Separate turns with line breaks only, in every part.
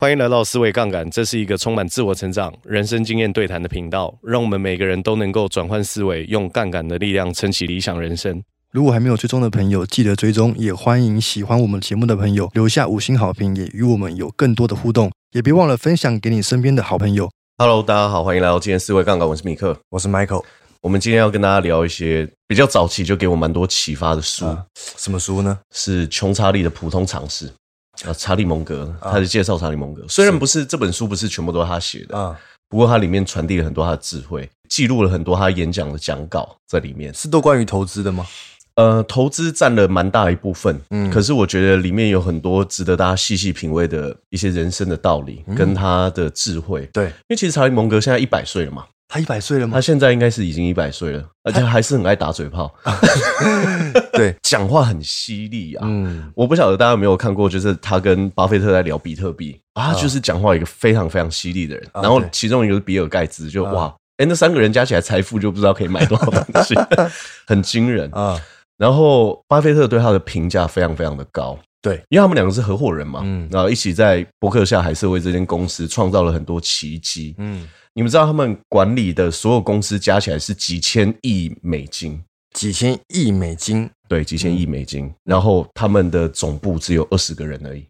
欢迎来到思维杠杆，这是一个充满自我成长、人生经验对谈的频道，让我们每个人都能够转换思维，用杠杆的力量撑起理想人生。
如果还没有追踪的朋友，记得追踪，也欢迎喜欢我们节目的朋友留下五星好评，也与我们有更多的互动，也别忘了分享给你身边的好朋友。
Hello，大家好，欢迎来到今天思维杠杆，我是米克。
我是 Michael，
我们今天要跟大家聊一些比较早期就给我蛮多启发的书，
啊什么书呢？
是穷查理的普通常识。啊，查理蒙格，他是介绍查理蒙格。虽然不是这本书不是全部都是他写的，
啊，
不过它里面传递了很多他的智慧，记录了很多他演讲的讲稿在里面。
是都关于投资的吗？
呃，投资占了蛮大一部分，
嗯
可是我觉得里面有很多值得大家细细品味的一些人生的道理，
嗯
跟他的智慧。因
对，
为其实查理蒙格现在一百岁了嘛，
他一百岁了
他？现在应该是已经一百岁了，而且还是很爱打嘴炮，
对，
讲话很犀利啊。
嗯，
我不晓得大家有没有看过，就是他跟巴菲特在聊比特币啊，他就是讲话一个非常非常犀利的人。
啊
然后
对啊
其中一个是比尔盖茨，就哇，哎，那三个人加起来财富就不知道可以买多少东 西，很惊人
啊，
然后巴菲特对他的评价非常非常的高，
对，
因为他们两个是合伙人嘛，
嗯
然后一起在伯克夏海瑟薇这间公司创造了很多奇迹。
嗯，
你们知道他们管理的所有公司加起来是几千亿美金，
几千亿美金，
对，几千亿
嗯
美金。然后他们的总部只有二十个人而 已，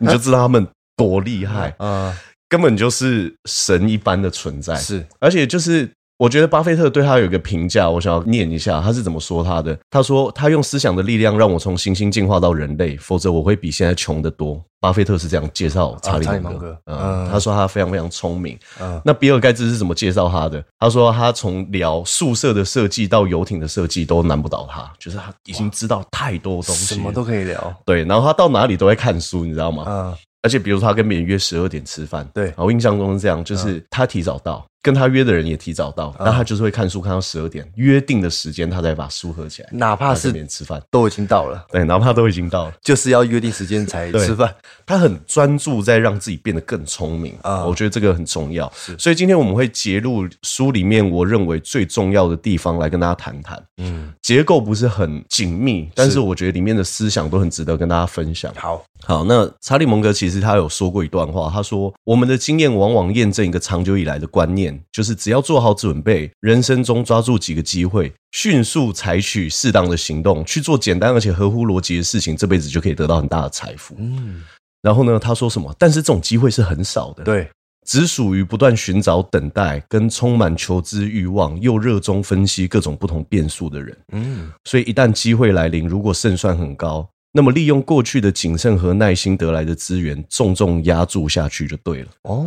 你就知道他们多厉害，
啊，
根本就是神一般的存在。
是，
而且就是我觉得巴菲特对他有一个评价，我想要念一下，他是怎么说他的？他说：“他用思想的力量让我从行星进化到人类，否则我会比现在穷得多。”巴菲特是这样介绍查理
啊查理
蒙
蒙
格
格，
嗯，
嗯
他说他非常非常聪明。
嗯
那比尔盖茨是怎么介绍他的？他说他从聊宿舍的设计到游艇的设计都难不倒他，就是他已经知道太多东西，
什么都可以聊，
对。然后他到哪里都会看书，你知道吗？
啊，
而且比如说他跟别人约十二点吃饭，
对
然后我哦印象中是这样，就是他提早到，跟他约的人也提早到，然后他就是会看书看到十二点，约定的时间他才把书合起来，
哪怕
嗯他跟别
是
人吃饭，
都已经到了，
对，哪怕都已经 到了，
就是要约定时间才
对
吃饭，
他很专注在让自己变得更聪明嗯
啊
我觉得这个很重要。所以今天我们会揭露书里面我认为最重要的地方来跟大家谈谈。
嗯，
结构不是很紧密，但是我觉得里面的思想都很值得跟大家分享。
好，
好，那查理蒙格其实他有说过一段话，他说：“我们的经验往往验证一个长久以来的观念，就是只要做好准备，人生中抓住几个机会，迅速采取适当的行动，去做简单而且合乎逻辑的事情，这辈子就可以得到很大的财富。
嗯，”
然后呢，他说什么？但是这种机会是很少的，，
对，
只属于不断寻找、等待，跟充满求知欲望又热衷分析各种不同变数的人。
嗯，
所以一旦机会来临，如果胜算很高，那么利用过去的谨慎和耐心得来的资源，重重压注下去就对了。
哦，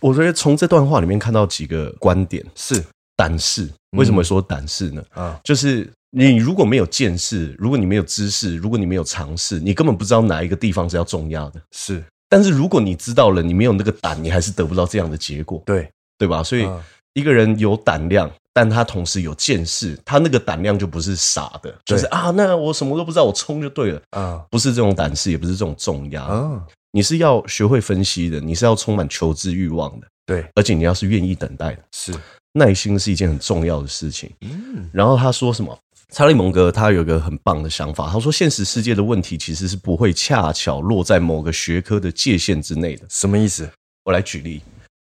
我觉得从这段话里面看到几个观点：
是，
胆识。为什么说胆识呢？
啊，
就是你如果没有见识，如果你没有知识，如果你没有尝试，你根本不知道哪一个地方是要重压的。
是，
但是如果你知道了，你没有那个胆，你还是得不到这样的结果，
对，
对吧？所以
嗯
一个人有胆量，但他同时有见识，他那个胆量就不是傻的，就是啊，那我什么都不知道，我冲就对了。
啊，
不是这种胆识，也不是这种重压，
啊，
你是要学会分析的，你是要充满求知欲望的，
对，
而且你要是愿意等待的，
是，
耐心是一件很重要的事情。
嗯，
然后他说什么？查理蒙格他有一个很棒的想法，他说现实世界的问题其实是不会恰巧落在某个学科的界限之内的。
什么意思？
我来举例，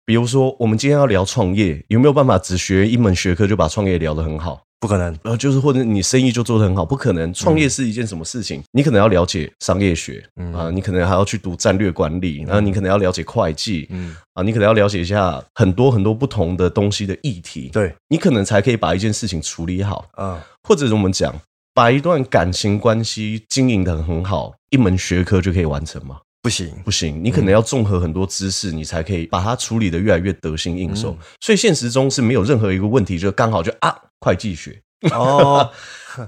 比如说我们今天要聊创业，有没有办法只学一门学科就把创业聊得很好？
不可能，
然后就是或者你生意就做得很好，不可能。创业是一件什么事情？你可能要了解商业学啊、
嗯
你可能还要去读战略管理，然后你可能要了解会计啊、
嗯，
你可能要了解一下很多很多不同的东西的议题，
对，
你可能才可以把一件事情处理好。
啊，
或者我们讲，把一段感情关系经营的很好，一门学科就可以完成吗？
不 行，
不行，你可能要综合很多知识，你才可以把它处理的越来越得心应手。所以现实中是没有任何一个问题，就刚好就啊，会计学。
哦，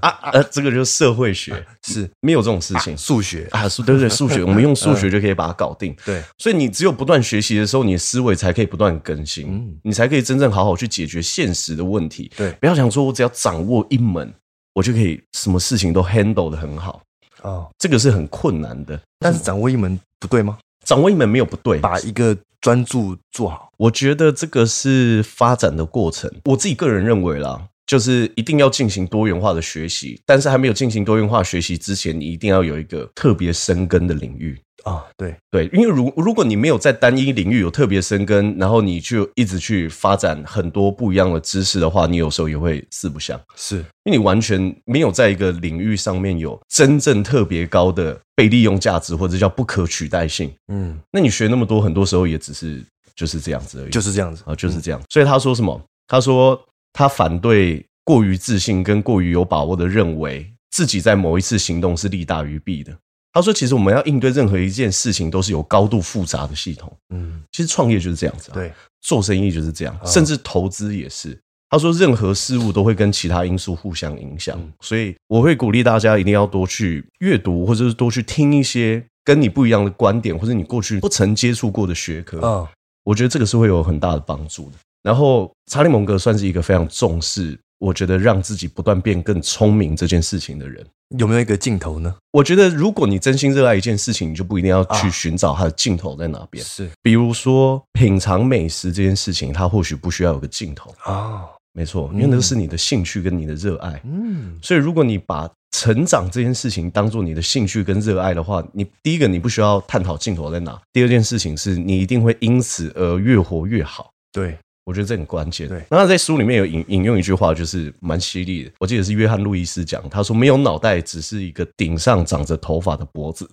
啊啊，这个就是社会学，
是
没有这种事情
数学，
啊。数对对，数学，我们用数学就可以把它搞定。
对，
所以你只有不断学习的时候，你的思维才可以不断更新
嗯，
你才可以真正好好去解决现实的问题。
对
不要想说我只要掌握一门，我就可以什么事情都 handle 的很好，
哦，
这个是很困难的。
但是掌握一门不对吗？
掌握一门没有不对，
把一个专注做好，
我觉得这个是发展的过程。我自己个人认为啦，就是一定要进行多元化的学习，但是还没有进行多元化学习之前，你一定要有一个特别深耕的领域。
啊，对，
对，因为如如果你没有在单一领域有特别深耕，然后你就一直去发展很多不一样的知识的话，你有时候也会四不像，
是
因为你完全没有在一个领域上面有真正特别高的被利用价值，或者叫不可取代性。
嗯，
那你学那么多，很多时候也只是就是这样子而已，
就是这样子
啊，就是这样。所以他说什么？他说他反对过于自信跟过于有把握的认为自己在某一次行动是利大于弊的。他说，其实我们要应对任何一件事情，都是有高度复杂的系统。
嗯，
其实创业就是这样子、啊，，
对，
做生意就是这样，
啊
甚至投资也是。他说，任何事物都会跟其他因素互相影响，
嗯
所以我会鼓励大家一定要多去阅读，或者是多去听一些跟你不一样的观点，或者你过去不曾接触过的学科。
啊，
我觉得这个是会有很大的帮助的。然后，查理蒙格算是一个非常重视，我觉得让自己不断变更聪明这件事情的人。
有没有一个镜头呢？
我觉得，如果你真心热爱一件事情，你就不一定要
啊
去寻找它的尽头在哪边。
是
比如说，品尝美食这件事情，它或许不需要有个尽头，
啊，
没错，
嗯
因为那是你的兴趣跟你的热爱。
嗯，
所以，如果你把成长这件事情当做你的兴趣跟热爱的话，你第一个你不需要探讨尽头在哪，第二件事情是你一定会因此而越活越好。
对，
我觉得这很关键。
对
那他在书里面有引引用一句话，就是蛮犀利的。我记得是约翰路易斯讲，他说：“没有脑袋，只是一个顶上长着头发的脖子。”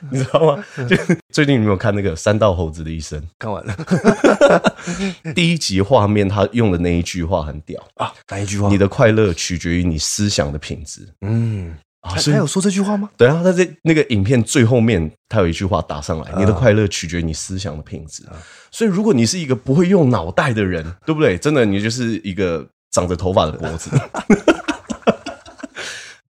你知道吗？就是最近你有没有看那个《三道猴子的一生
看完了》
第一集画面？他用的那一句话很屌
啊，哪一句话？：“
你的快乐取决于你思想的品质。
嗯，”
啊，
他
所
他
以
有说这句话吗？
对啊，他在那个影片最后面，他有一句话打上来：“
啊
你的快乐取决于你思想的品质。
啊”
所以，如果你是一个不会用脑袋的人，对不对？真的，你就是一个长着头发的脖子。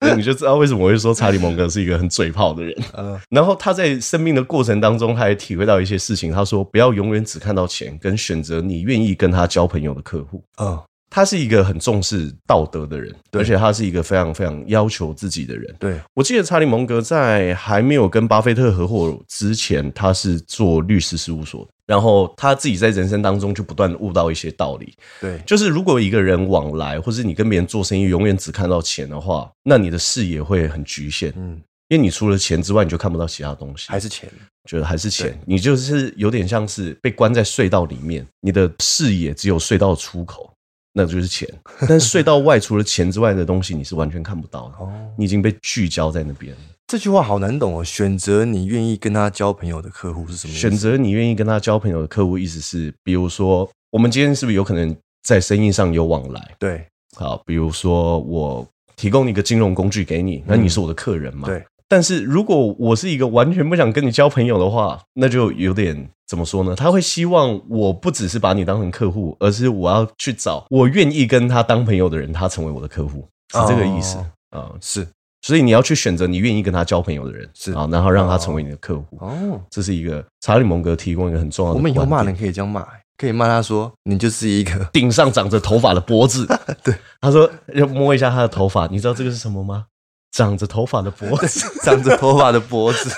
对你就知道为什么我会说查理蒙格是一个很嘴炮的人。
呃，
然后他在生命的过程当中，他也体会到一些事情。他说：“不要永远只看到钱，跟选择你愿意跟他交朋友的客户。”
嗯，
他是一个很重视道德的人，
对
而且他是一个非常非常要求自己的人。
对，
我记得查理蒙格在还没有跟巴菲特合伙之前，他是做律师事务所的，然后他自己在人生当中就不断地悟到一些道理，
对，
就是如果一个人往来，或是你跟别人做生意永远只看到钱的话，那你的视野会很局限，
嗯，
因为你除了钱之外，你就看不到其他东西，
还是钱，
觉得还是钱，你就是有点像是被关在隧道里面，你的视野只有隧道出口，那就是钱， 但是隧道外除了钱之外的东西，你是完全看不到的，
哦，
你已经被聚焦在那边了。
这句话好难懂哦。选择你愿意跟他交朋友的客户是什么意思？
选择你愿意跟他交朋友的客户，意思是，比如说，我们今天是不是有可能在生意上有往来？
对
好，比如说我提供一个金融工具给你，那你是我的客人嘛？
嗯对。
但是如果我是一个完全不想跟你交朋友的话，那就有点怎么说呢？他会希望我不只是把你当成客户，而是我要去找我愿意跟他当朋友的人，他成为我的客户，是这个意思啊
哦、是
所以你要去选择你愿意跟他交朋友的人，
是
啊，然后让他成为你的客户。
哦，
这是一个查理蒙格提供一个很重要的
我
观
们以
点。
后骂人可以这样骂、欸可以骂他说你就是 一个
顶上长着头发的脖子，
对，
他说要摸一下他的头发，你知道这个是什么吗？长着头发的脖子，
长着头发的脖子。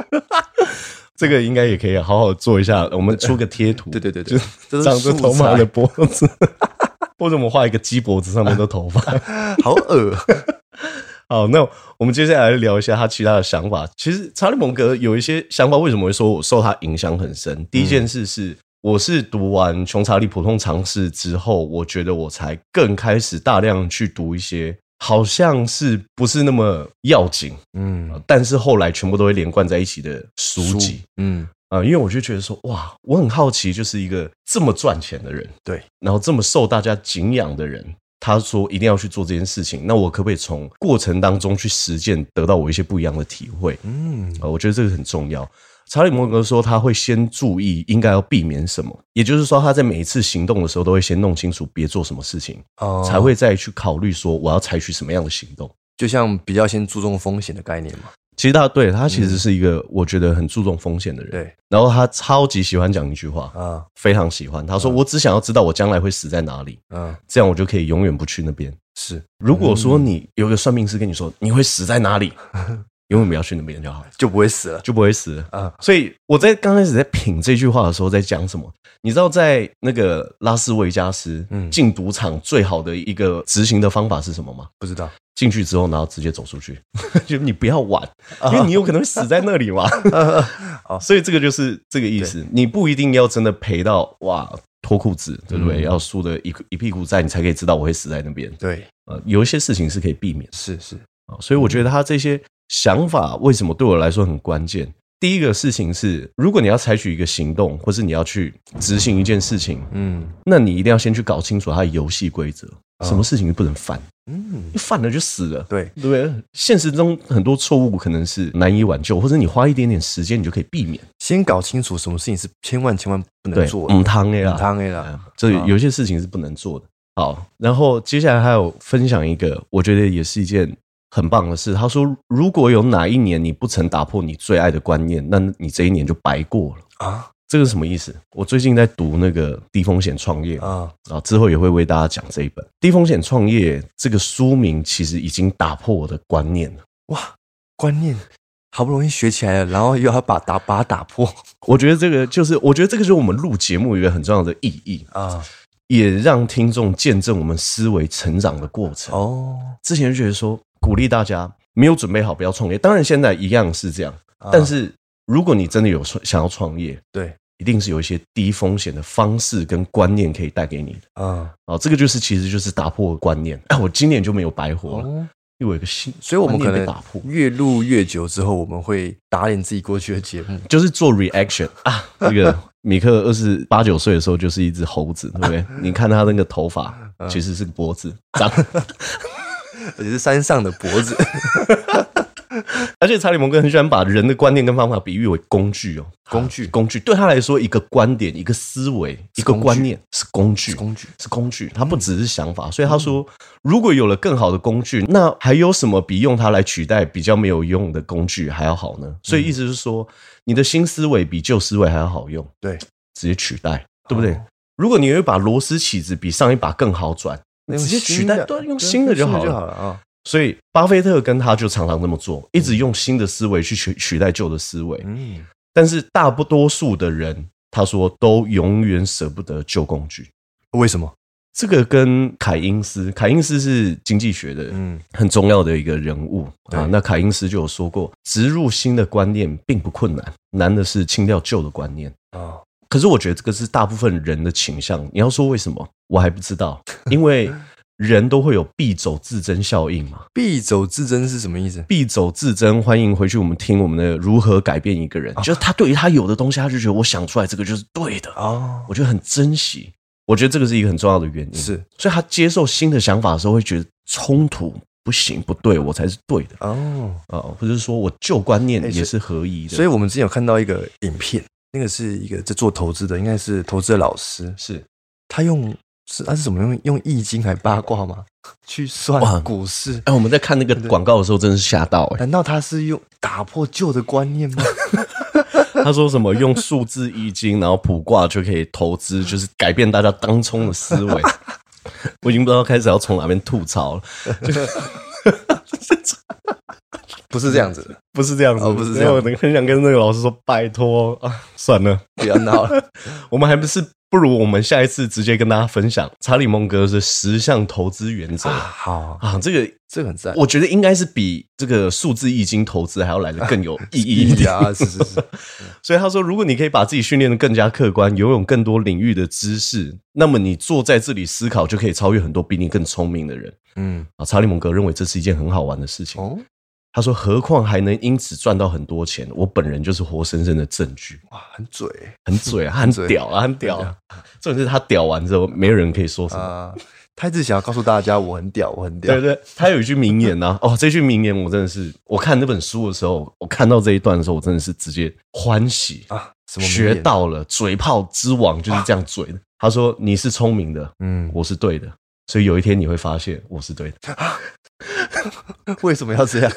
这个应该也可以啊好好做一下，我们出个贴图，
对对对对，这是
长着头发的
素
脖子， 或者我们画一个鸡脖子上面都头发。
材好恶。啊
好，那我们接下来聊一下他其他的想法。其实查理蒙格有一些想法，为什么会说我受他影响很深？第一件事是，我是读完《穷查理普通常识》之后，我觉得我才更开始大量去读一些好像是不是那么要紧，
嗯，
但是后来全部都会连贯在一起的书籍。
嗯，
啊、因为我就觉得说，哇，我很好奇，就是一个这么赚钱的人，
对，
然后这么受大家敬仰的人，他说一定要去做这件事情，那我可不可以从过程当中去实践，得到我一些不一样的体会？
嗯，
啊、我觉得这个很重要。查理蒙格说，他会先注意应该要避免什么，也就是说，他在每一次行动的时候，都会先弄清楚别做什么事情，
哦
才会再去考虑说我要采取什么样的行动。
就像比较先注重风险的概念嘛。
其实他对他其实是一个我觉得很注重风险的人，
嗯对
然后他超级喜欢讲一句话，
啊，
非常喜欢。他说：“我只想要知道我将来会死在哪里，
嗯，
这样我就可以永远不去那边。
是
如果说你有个算命师跟你说你会死在哪里， 永远不要去那边就好，
就不会死了。
就不会死。”
啊，
所以我在刚开始在品这句话的时候，在讲什么？你知道，在那个拉斯维加斯
嗯
进赌场最好的一个执行的方法是什么吗？
不知道
进去之后，然后直接走出 去，就你不要玩，因为你有可能会死在那里嘛。
啊 哦
所以这个就是这个意思，你不一定要真的赔到哇脱裤子，对不对？
嗯
要输的一一屁股债，你才可以知道我会死在那边。
对，
呃，有一些事情是可以避免的
是是，
啊，所以我觉得他这些想法为什么对我来说很关键？第一个事情是，如果你要采取一个行动，或是你要去执行一件事情，
嗯
那你一定要先去搞清楚它的游戏规则，
啊
什么事情是不能犯，
嗯，
你犯了就死了。
对，
对不对，现实中很多错误可能是难以挽救，或者你花一点点时间，你就可以避免。
先搞清楚什么事情是千万千万不能
对，
做
母
的，
汤啊哎啦，
汤 A 啦，
这有些事情是不能做的。好，然后接下来还有分享一个，我觉得也是一件很棒的事。他说，如果有哪一年你不曾打破你最爱的观念，那你这一年就白过了。
啊
这个是什么意思？我最近在读那个《低风险创业》
啊，
啊，之后也会为大家讲这一本《低风险创业》这个书名，其实已经打破我的观念了。
哇，观念好不容易学起来了，然后又要把打把它打破
我觉得这个就是，我觉得这个就是我们录节目一个很重要的意义，
啊，
也让听众见证我们思维成长的过程。
哦，
之前就觉得说鼓励大家没有准备好不要创业，当然现在一样是这样，
啊
但是如果你真的有创想要创业，
对
一定是有一些低风险的方式跟观念可以带给你的。
啊，
啊、这个就是其实就是打破观念。哎、我今年就没有白活了，
哦。
因为我有一个新，
所以我们可
观念被
能
打破，
越录越久之后，我们会打脸自己过去的节目。
就是做 reaction 啊。这个米克二十八九岁的时候就是一只猴子，对不 对？你看他那个头发
嗯
其实是个脖子长，
而且是山上的脖子
而且查理蒙哥很喜欢把人的观念跟方法比喻为工具哦，
工具
工具对他来说，一个观点、一个思维、一
是
个
工具
观念是工具，
是工嗯具
是工具，它不只是想法。所以他说，如果有了更好的工具，那还有什么比用它来取代比较没有用的工具还要好呢？
嗯
所以意思是说，你的新思维比旧思维还要好用，
对，哦
直接取代，对不对？如果你有一把螺丝起子比上一把更好转，
那用
直接取代
新的
对，用
对
新的就
用
好
新的就
了
好。了啊。
所以巴菲特跟他就常常这么做，一直用新的思维去取取代旧的思维。
嗯，
但是大不多数的人，他说都永远舍不得旧工具。
为什么？
这个跟凯因斯，凯因斯是经济学的
嗯，
很重要的一个人物
对
啊。那凯因斯就有说过，植入新的观念并不困难，难的是清掉旧的观念。
啊，
可是我觉得这个是大部分人的倾向。你要说为什么，我还不知道， 因为人都会有必走自珍效应嘛。
必走自珍是什么意思？
必走自珍，欢迎回去我们听我们的如何改变一个
啊
人。就是他对于他有的东西，他就觉得我想出来这个就是对的，
哦，
我觉得很珍惜。我觉得这个是一个很重要的原因，
是
所以他接受新的想法的时候，会觉得冲突不行，不对我才是对的
哦，
啊，或者是说我旧观念
哎所以
也是合一的，
所以我们之前有看到一个影片，那个是一个在做投资的，应该是投资的老师，
是
他用是他是怎么用用易经还八卦吗？ 去
哇
算股市？
哎，我们在看那个广告的时候，真是吓到哎、
难道他是用打破旧的观念吗？
他说什么用数字易经，然后卜卦就可以投资，就是改变大家当冲的思 维。我已经不知道开始要从哪边吐槽了，
不是这样子的，
不是这样子，
哦不是这样
因为我很想跟那个老师说，拜托啊，算了，
不要闹了。
我们还不是不如我们下一次直接跟大家分享查理蒙格的十项投资原则啊
好，
这个
这个很赞。
我觉得应该是比这个数字易经投资还要来的更有意义一
一
点。
啊，是是是，
所以他说，如果你可以把自己训练得更加客观，拥有更多领域的知识，那么你坐在这里思考，就可以超越很多比你更聪明的人
嗯，
啊。查理蒙格认为这是一件很好玩的事情。
哦，
他说，何况还能因此赚到很多钱，我本人就是活生生的证据。
哇，很嘴
很嘴啊，很屌啊，很屌啊！重点是他屌完之后，没有人可以说什么。
啊、他一直想要告诉大家我很屌，我很屌
对，对，他有一句名言呐、 哦，这句名言我真的是，我看那本书的时候，我看到这一段的时候，我真的是直接欢喜，
啊，什么名
学
言，
到了，嘴炮之王就是这样嘴的。他说：“你是聪明的，
嗯，
我是对的，所以有一天你会发现我是对的。
为什么要这样？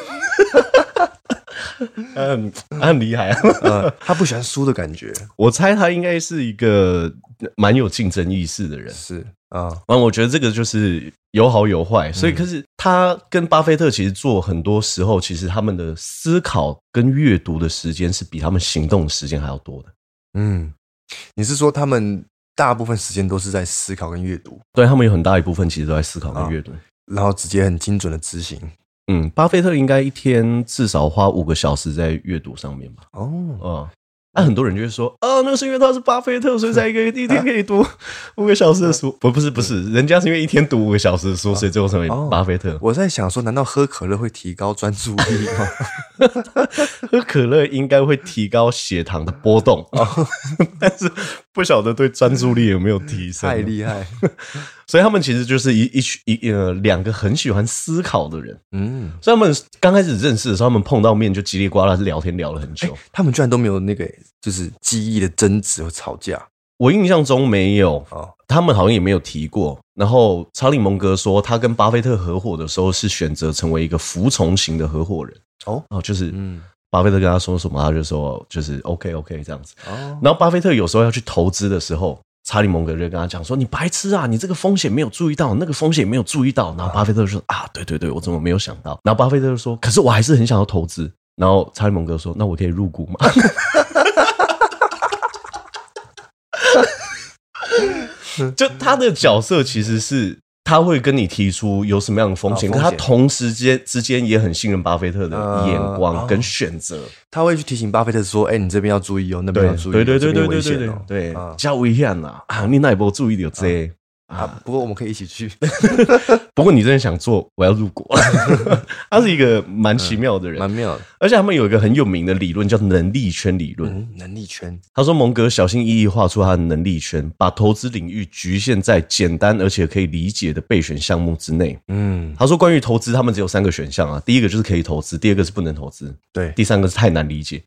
嗯” 他很厉害、啊，
呃，他不喜欢输的感觉，
我猜他应该是一个蛮有竞争意识的人。
是啊，
嗯，我觉得这个就是有好有坏，所以可是他跟巴菲特其实做很多时候，其实他们的思考跟阅读的时间是比他们行动的时间还要多的。
嗯，你是说他们大部分时间都是在思考跟阅读
对他们有很大一部分其实都在思考跟阅读，
然后直接很精准的执行。
嗯，巴菲特应该一天至少花五个小时在阅读上面吧？啊、
哦，
那、很多人就会说，啊，那是因为他是巴菲特，所以才 一个一天可以读五个小时的书。不，不是，不是，人家是因为一天读五个小时的书，所以最后成为
哦
巴菲特。
我在想说，难道喝可乐会提高专注力吗？
喝可乐应该会提高血糖的波动，
哦
但是不晓得对专注力有没有提升。
太厉害，
所以他们其实就是一一群一呃两个很喜欢思考的人。
嗯，
所以他们刚开始认识的时候，他们碰到面就叽里呱啦聊天聊了很久。
他们居然都没有那个就是记忆的争执和吵架
我印象中没有，
哦，
他们好像也没有提过。然后查理蒙格说，他跟巴菲特合伙的时候是选择成为一个服从型的合伙人。
哦
哦，就是
嗯，
巴菲特跟他说什么，他就说哦就是 OK OK 这样子。
哦，
然后巴菲特有时候要去投资的时候，查理蒙格就跟他讲说：“你白痴啊，你这个风险没有注意到，那个风险没有注意到。”然后巴菲特就说：“啊，对对对，我怎么没有想到？”然后巴菲特就说：“可是我还是很想要投资。”然后查理蒙格说：“那我可以入股吗？” 就他的角色其实是他会跟你提出有什么样的风险，
啊
可
风险
他同时间之间也很信任巴菲特的眼
啊
光跟选择。
他会去提醒巴菲特说：“哎、你这边要注意哦，那边
对
要注意哦，
对对对
这边
对对
危险
对
哦
对对
啊，
加危险啦啊！你那一波注意点这个，
啊！不过我们可以一起去，
不过你真的想做，我要入股。 他是一个蛮奇妙的
蛮
人，
妙的。
而且他们有一个很有名的理论叫能力圈理论。
嗯，能力圈
他说蒙格小心翼翼画出他的能力圈，把投资领域局限在简单而且可以理解的备选项目之内。
嗯，
他说关于投资，他们只有三个选项啊，第一个就是可以投资，第二个是不能投资，
对，
第三个是太难理解。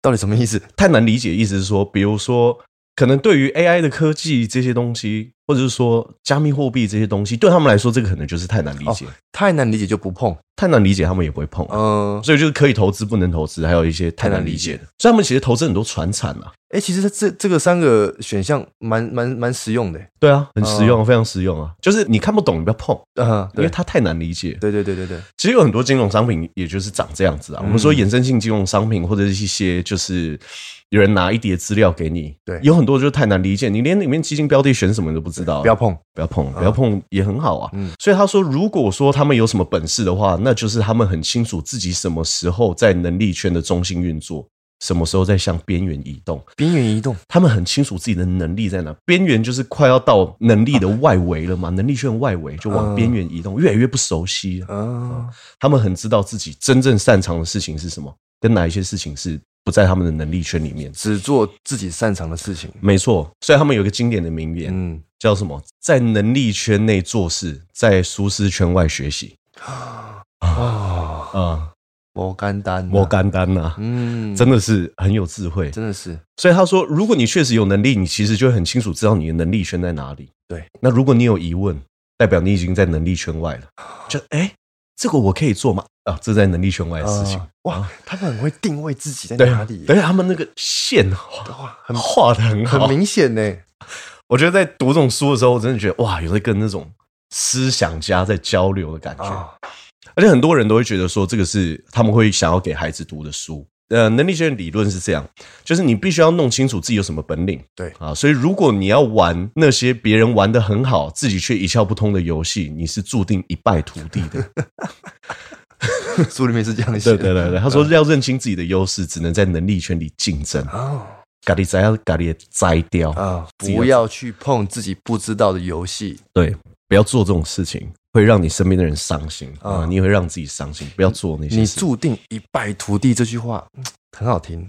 到底什么意思？
太难理解，意思是说，比如说，可能对于 AI 的科技这些东西，或者是说加密货币这些东西，对他们来说，这个可能就是太难理
哦
解，
太难理解就不碰。
太难理解，他们也不会碰、啊。
嗯、
所以就是可以投资，不能投资，还有一些太难理解的。所以他们其实投资很多船产啊，
哎、其实它这这个三个选项蛮蛮蛮实用的。
对啊，很实用，非常实用啊。就是你看不懂，你不要碰，
嗯，
因
哦对
为，它太难理解。
对对对对对，
其实有很多金融商品也就是长这样子啊。
嗯
我们说衍生性金融商品或者是一些就是有人拿一叠资料给你，
对
有很多就是太难理解，你连里面基金标的选什么你都不知道啊，
不要碰。
不要碰，不要碰也很好啊。
嗯
所以他说，如果说他们有什么本事的话，那就是他们很清楚自己什么时候在能力圈的中心运作，什么时候在向边缘移动。
边缘移动，
他们很清楚自己的能力在哪，边缘就是快要到能力的外围了嘛，能力圈外围就往边缘移动，越来越不熟悉。哦
嗯，
他们很知道自己真正擅长的事情是什么，跟哪一些事情是不在他们的能力圈里面。
只做自己擅长的事情。
没错，所以他们有一个经典的名言，
嗯，
叫什么？在能力圈内做事，在舒适圈外学习
啊，
啊，
我干单，
莫、，简单呐、
嗯，
真的是很有智慧。
真的是，
所以他说，如果你确实有能力，你其实就会很清楚知道你的能力圈在哪里。
对，
那如果你有疑问，代表你已经在能力圈外了。
啊
就哎、诶这个我可以做吗？啊，这在能力圈外的事情。嗯
啊哇，他们很会定位自己在
对啊
哪里，
对，他们那个线画
哇，很
画的很好
很，明显呢。
我觉得在读这种书的时候，我真的觉得哇，有在跟那种思想家在交流的感觉。
啊，
而且很多人都会觉得说，这个是他们会想要给孩子读的书。呃，能力圈理论是这样，就是你必须要弄清楚自己有什么本领。
对
啊，所以如果你要玩那些别人玩的很好，自己却一窍不通的游戏，你是注定一败涂地 的。
书里面是这样写
对
的。
对对对，他说
嗯
要认清自己的优势，只能在能力圈里竞争，
啊
咖喱摘要咖喱摘掉，
啊，
自己要
不要去碰自己不知道的游戏。
对，不要做这种事情，会让你身边的人伤心
啊
啊，你也会让自己伤心，不要做那些
你
事。
注定一败涂地这句话嗯很 好听，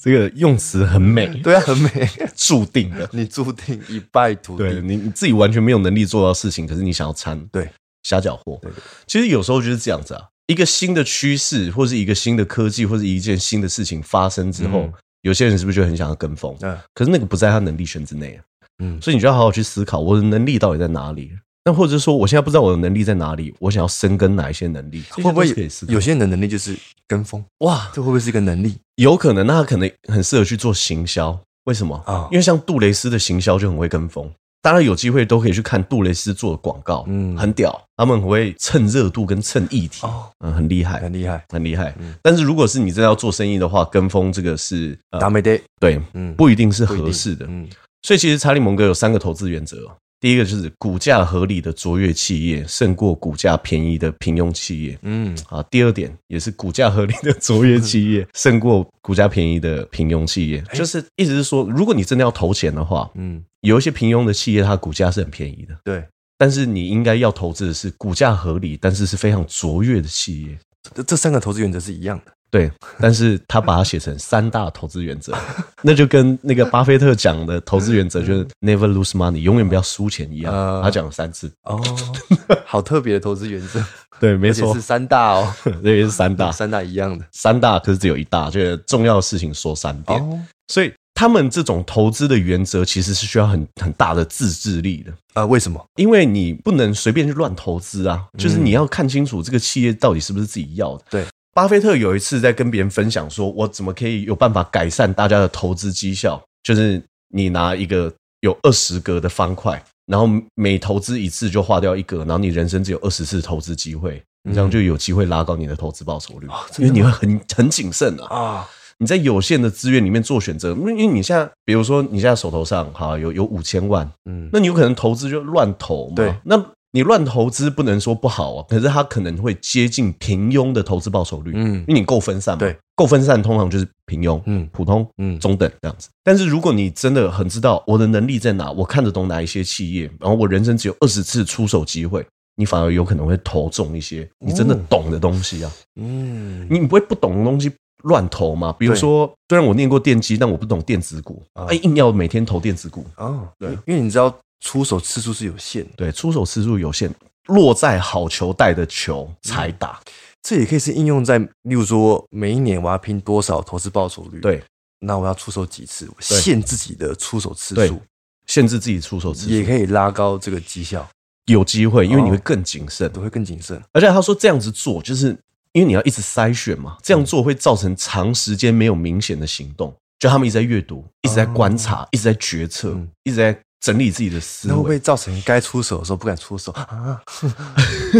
这个用词很美，
对啊，很美。
注定的。
你注定一败涂
对
地，
你你自己完全没有能力做到事情，可是你想要掺
对
瞎搅和
对对。
其实有时候就是这样子啊，一个新的趋势，或是一个新的科技，或是一件新的事情发生之后，
嗯
有些人是不是就很想要跟风？
嗯
可是那个不在他能力圈之内啊，
嗯，
所以你就要好好去思考我的能力到底在哪里。那或者说，我现在不知道我的能力在哪里，我想要深耕哪一些能力，
会不
这些都
会
是可以思考
有些人的能力就是跟风？
哇？
这会不会是一个能力？
有可能，那他可能很适合去做行销。为什么
啊
因为像杜蕾斯的行销就很会跟风，大家有机会都可以去看杜蕾斯做的广告，
嗯
嗯，很屌，他们很会蹭热度跟蹭议题，
哦，
嗯，很厉害，
很厉害，
很厉害
嗯。
但是如果是你真的要做生意的话，跟风这个是呃
达美得，
对，
嗯，
不一定是
不一定
合适的。
嗯
所以其实查理蒙格有三个投资原则哦，第一个就是股价合理的卓越企业胜过股价便宜的平庸企业
嗯，
啊。第二点也是股价合理的卓越企业胜过股价便宜的平庸企 业，
哎
就是意思是说，如果你真的要投钱的话，
嗯，
有一些平庸的企业它的股价是很便宜的，
对，
但是你应该要投资的是股价合理，但是是非常卓越的企业。
这这三个投资原则是一样的。
对，但是他把它写成三大投资原则， 那就跟那个巴菲特讲的投资原则就是 never lose money，永远不要输钱一样。
呃
他讲了三次，
哦， 好特别的投资原 则，
对，没
而且
错
是，三大哦，
这也是三大，
三大一样的。
三大可是只有一大，就是重要的事情说三遍，
哦，
所以他们这种投资的原则其实是需要很很大的自制力的。
啊，为什么？
因为你不能随便去乱投资啊，就是你要看清楚这个企业到底是不是自己要的。
嗯对，
巴菲特有一次在跟别人分享说，我怎么可以有办法改善大家的投资绩效？就是你拿一个有二十格的方块，然后每投资一次就划掉一格，然后你人生只有二十次投资机会，你这样就有机会拉高你的投资报酬率，
嗯哦真
因
的
为你会很很谨慎啊。
啊，
你在有限的资源里面做选择，因为因为你现在，比如说你现在手头上哈有有五千万，
嗯，
那你有可能投资就乱投嘛？
对
那你乱投资不能说不好啊，可是它可能会接近平庸的投资报酬率，
嗯
因为你够分散嘛。
对，
够分散通常就是平庸、
嗯
普通、
嗯
中等这样子。但是如果你真的很知道我的能力在哪，我看得懂哪一些企业，然后我人生只有二十次出手机会。你反而有可能会投中一些你真的
哦
懂的东西啊，
嗯，
你不会不懂的东西乱投嘛？比如
对
说，虽然我念过电机，但我不懂电子股，哎、
啊
硬要每天投电子股，
哦，
对
对，因为你知道出手次数是有限的，
对，出手次数有限，落在好球带的球才打。
这也可以是应用在，例如说每一年我要拼多少投资报酬率，，
对，
那我要出手几次，限自己的出手次
对
数，
限制自己出手次
也
数
可以拉高这个绩效，
有机会，因为你会
哦
更谨慎。
都会更谨慎。
而且他说这样子做，就是因为你要一直筛选嘛，
嗯
这样做会造成长时间没有明显的行动。就他们一直在阅读，一直在观察，一直在决策，
哦嗯
一直在整理自己的思
那会不
维。
会造成该出手的时候不敢出手啊？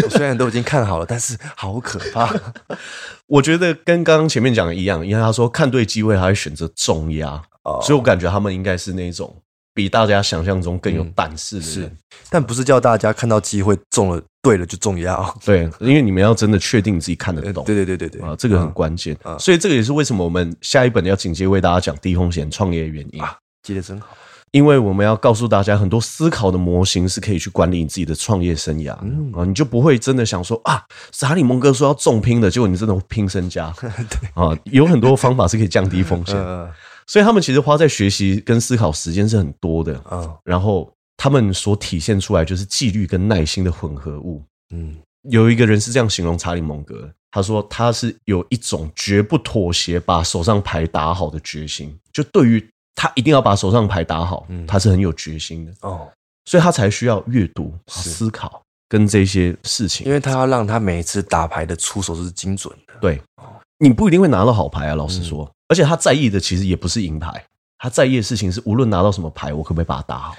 我虽然都已经看好了，但是好可怕。
我觉得跟刚刚前面讲的一样，因为他说看对机会，他会选择重压，
哦
所以我感觉他们应该是那种比大家想象中更有
嗯
胆识的
是
人。
但不是叫大家看到机会中了，对了就中要。
对，因为你们要真的确定你自己看得
呃
懂。
对对对对对
啊，这个很关键，
嗯嗯
所以这个也是为什么我们下一本要紧接为大家讲低风险创业的原因，
啊记得真好。
因为我们要告诉大家很多思考的模型是可以去管理你自己的创业生涯的、
嗯
啊，你就不会真的想说啊，查理蒙哥说要重拼的，结果你真的拼身家
对，
啊，有很多方法是可以降低风 险，
呃，
所以他们其实花在学习跟思考时间是很多的，
啊，
然后他们所体现出来就是纪律跟耐心的混合物，
嗯，
有一个人是这样形容查理蒙格，他说他是有一种绝不妥协，把手上牌打好的决心。就对于他一定要把手上牌打好，
嗯
他是很有决心的，
哦，
所以他才需要阅读、
是
思考跟这些事情。
因为他要让他每一次打牌的出手都是精准的。
对，你不一定会拿到好牌啊，老实说。而且他在意的其实也不是赢牌，他在意的事情是无论拿到什么牌，我可不可以把它打好。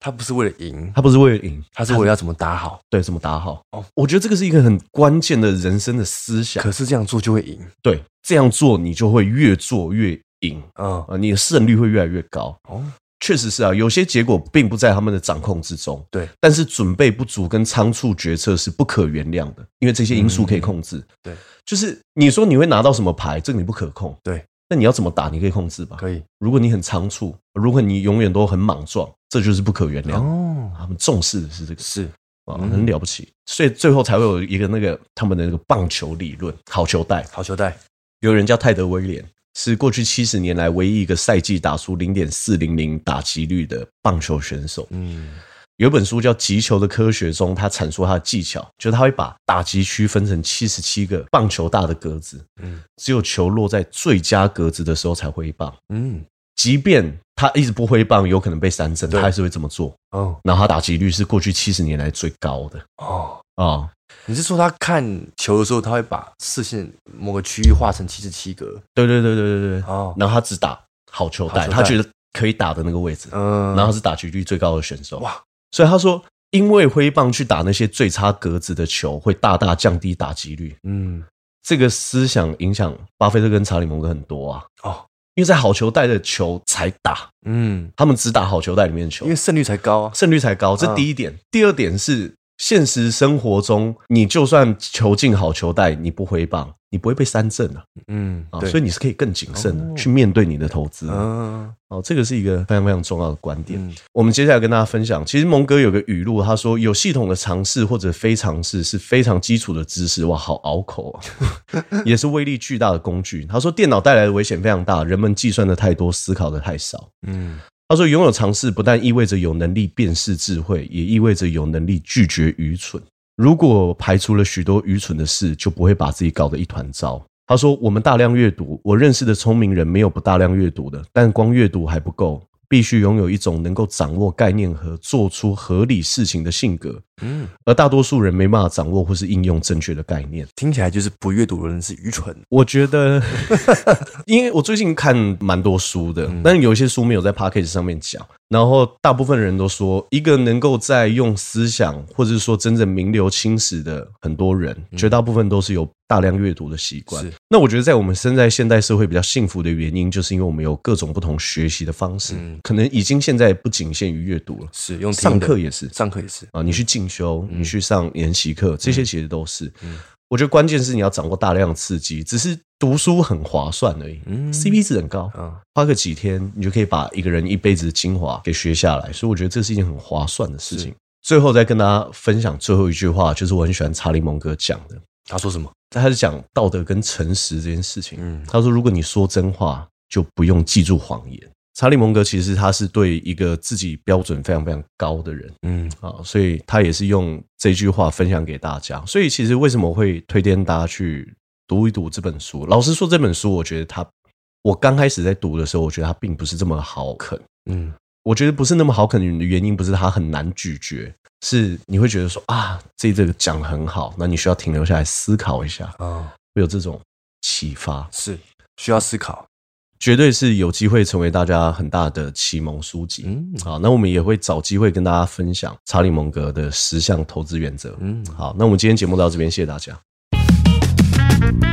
他不是为了赢，
他不是为了赢，
他是为了要怎么打好。
对怎么打好。
哦
我觉得这个是一个很关键的人生的思想
可。是这样做就会赢。
对，这样做你就会越做越赢。
嗯，
呃，你的胜率会越来越高。
哦，
确实是啊，有些结果并不在他们的掌控之中。
对，
但是准备不足跟仓促决策是不可原谅的，因为这些因素可以控制。
嗯对，
就是你说你会拿到什么牌，这个你不可控。
对，
那你要怎么打，你可以控制吧？
可以。
如果你很仓促，如果你永远都很莽撞，这就是不可原谅。
哦，
他们重视的是这个，
是
啊，
嗯
很了不起，所以最后才会有一个那个他们的那个棒球理论，好球带。
好球带。
有人叫泰德威廉，是过去七十年来唯一一个赛季打出零点四零零打击率的棒球选手。
嗯，
有一本书叫《击球的科学》中，他阐述他的技巧，就是他会把打击区分成七十七个棒球大的格子，
嗯
只有球落在最佳格子的时候才挥棒。
嗯，
即便他一直不挥棒，有可能被三振，
对
他还是会这么做。
哦
然后他打击率是过去七十年来最高的
哦，
啊、
你是说他看球的时候，他会把视线某个区域画成七十七格？
对对对对对对。
哦，
然后他只打好球带，
好球带
他觉得可以打的那个位置。
嗯，
然后他是打击率最高的选手。哇
哇！
所以他说，因为挥棒去打那些最差格子的球，会大大降低打击率。
嗯，
这个思想影响巴菲特跟查理蒙格很多啊。
哦，
因为在好球带的球才打，
嗯，
他们只打好球带里面的球
因为，胜率才高啊。
胜率才高。这第一点，第二点是现实生活中，你就算球进好球带，你不挥棒，你不会被三振啊，
嗯，
啊
对，
所以你是可以更谨慎的
哦
去面对你的投资。
嗯
哦，这个是一个非常非常重要的观点。
嗯
我们接下来跟大家分享，其实蒙哥有个语录，他说有系统的尝试或者非尝试是非常基础的知识，哇，好拗口啊，也是威力巨大的工具。他说电脑带来的危险非常大，人们计算的太多，思考的太少。
嗯
他说拥有尝试不但意味着有能力辨识智慧，也意味着有能力拒绝愚蠢。如果排除了许多愚蠢的事，就不会把自己搞得一团糟。他说：“我们大量阅读，我认识的聪明人没有不大量阅读的，但光阅读还不够，必须拥有一种能够掌握概念和做出合理事情的性格，
嗯，
而大多数人没办法掌握或是应用正确的概念。”
听起来就是不阅读的人是愚蠢的。
我觉得， 因为我最近看蛮多书的，
嗯
但有一些书没有在 p a c k a g e 上面讲。然后大部分人都说，一个能够在用思想或者是说真正名流青史的很多人，绝大部分都是有大量阅读的习惯
嗯是。
那我觉得，在我们身在现代社会比较幸福的原因，就是因为我们有各种不同学习的方式，
嗯
可能已经现在不仅限于阅读了，
是用听
上
的
课也是，
上课也是，
啊，你去进修，
嗯
你去上研习课，这些其实都是。
嗯
我觉得关键是你要掌握大量的刺激，只是读书很划算而已、
嗯
c p 值很高，
啊，
花个几天你就可以把一个人一辈子的精华给学下来，所以我觉得这是一件很划算的事情
是。
最后再跟大家分享最后一句话，就是我很喜欢查理蒙哥讲的，
他说什么？
他是讲道德跟诚实这件事情。
嗯
他说：“如果你说真话，就不用记住谎言。”查理蒙格其实他是对一个自己标准非常非常高的人，
嗯
啊，所以他也是用这句话分享给大家。所以其实为什么会推荐大家去读一读这本书？老实说，这本书我觉得它，我刚开始在读的时候，我觉得它并不是这么好啃。
嗯
我觉得不是那么好啃的原因，不是它很难咀嚼，是你会觉得说啊，这这个讲得很好，那你需要停留下来思考一下，
啊，
会有这种启发，
是需要思考。
绝对是有机会成为大家很大的启蒙书籍。
嗯
好，那我们也会找机会跟大家分享查理蒙格的十项投资原则。
嗯，
好，那我们今天节目到这边，谢谢大家。
Thank you.